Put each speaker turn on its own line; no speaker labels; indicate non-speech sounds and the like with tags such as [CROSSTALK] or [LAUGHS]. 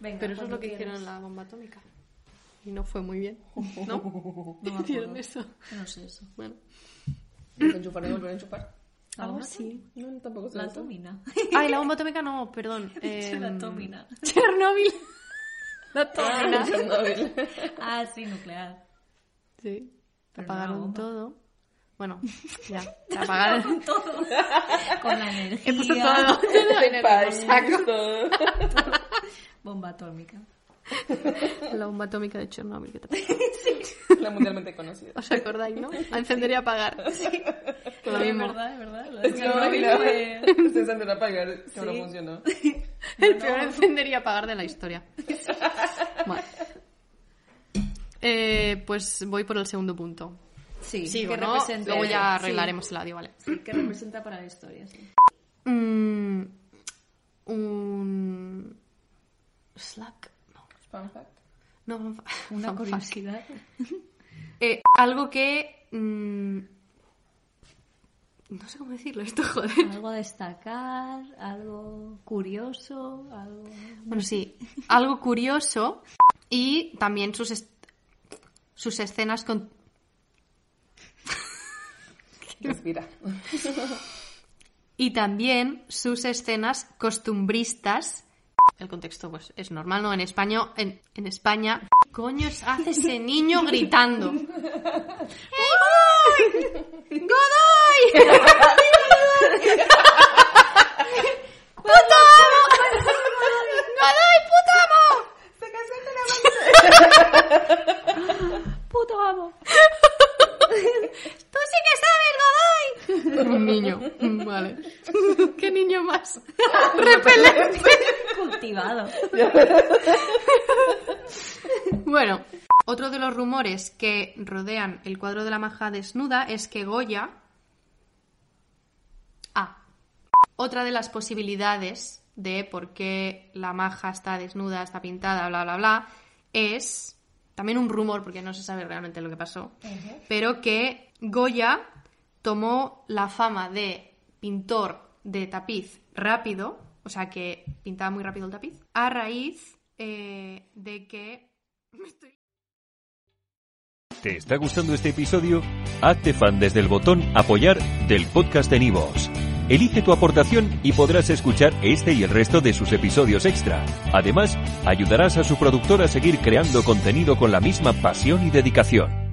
Venga,
Pero eso es
cuando
lo que hicieron en
quieras.
la bomba atómica. Y no fue muy bien. ¿No?
No me
[LAUGHS] hicieron
acuerdo.
eso.
Yo No sé eso.
Bueno,
Lo que enchufar y volver a enchufar.
algo
¿Alguna?
así.
No, tampoco sé.
La
[LAUGHS]
eso.
atómina.
Ay, la bomba atómica no, perdón.
Dicho la
Em,
atómina.
Chernóbil. La
Ah,
atómica. [LAUGHS]
[LAUGHS] Chernobyl.
[LAUGHS] Ah, sí, nuclear.
Sí.
Pero no la
Te apagaron
bomba.
todo. Bueno, ya.
[LAUGHS]
Te apagaron.
Con todo. Con la energía.
He puesto [LAUGHS] todo.
Te pagas todo.
Bomba atómica.
La bomba atómica de Chernóbil que te
La mundialmente conocida. [LAUGHS]
¿Os acordáis, no? A encender y apagar. Con lo
Es
mismo.
verdad, es verdad. Lo de Chernobyl fue-
No, se sentó a apagar, que no
Sí.
funcionó.
[LAUGHS] El peor encender y apagar de la [LAUGHS] historia. Vale. Eh, pues voy por el segundo punto.
Sí,
Sigo,
que
¿no?
representa-
Luego ya
sí,
arreglaremos el audio, vale.
sí, que representa para la historia, sí.
Mm, un... Slack. No.
Fun fact.
No, fun fa- [LAUGHS]
Una
fun fact. [LAUGHS]
curiosidad.
Eh, algo que... mm, no sé cómo decirlo esto, [LAUGHS] joder.
Algo a destacar, algo curioso, algo...
Bueno, sí, algo curioso y también sus, est- sus escenas con...
Respira.
Y también sus escenas costumbristas. El contexto pues es normal, ¿no? En España, en, en España, ¿qué coño hace ese niño gritando. ¡Godoy! ¡Godoy! ¡Puto amo! ¡Godoy, puto amo!
¡Puto amo! [LAUGHS]
¡Tú sí que sabes, Godoy! Un niño. Vale. [LAUGHS] ¿Qué niño más? Repelente. [LAUGHS]
Cultivado.
Bueno, otro de los rumores que rodean el cuadro de la maja desnuda es que Goya. Ah, otra de las posibilidades de por qué la maja está desnuda, está pintada, bla, bla, bla, es también un rumor, porque no se sabe realmente lo que pasó, pero que Goya tomó la fama de pintor de tapiz rápido, o sea que pintaba muy rápido el tapiz, a raíz eh, de que
¿Te está gustando este episodio? Hazte fan desde el botón Apoyar del podcast de Nivos. Elige tu aportación y podrás escuchar este y el resto de sus episodios extra. Además, ayudarás a su productor a seguir creando contenido con la misma pasión y dedicación.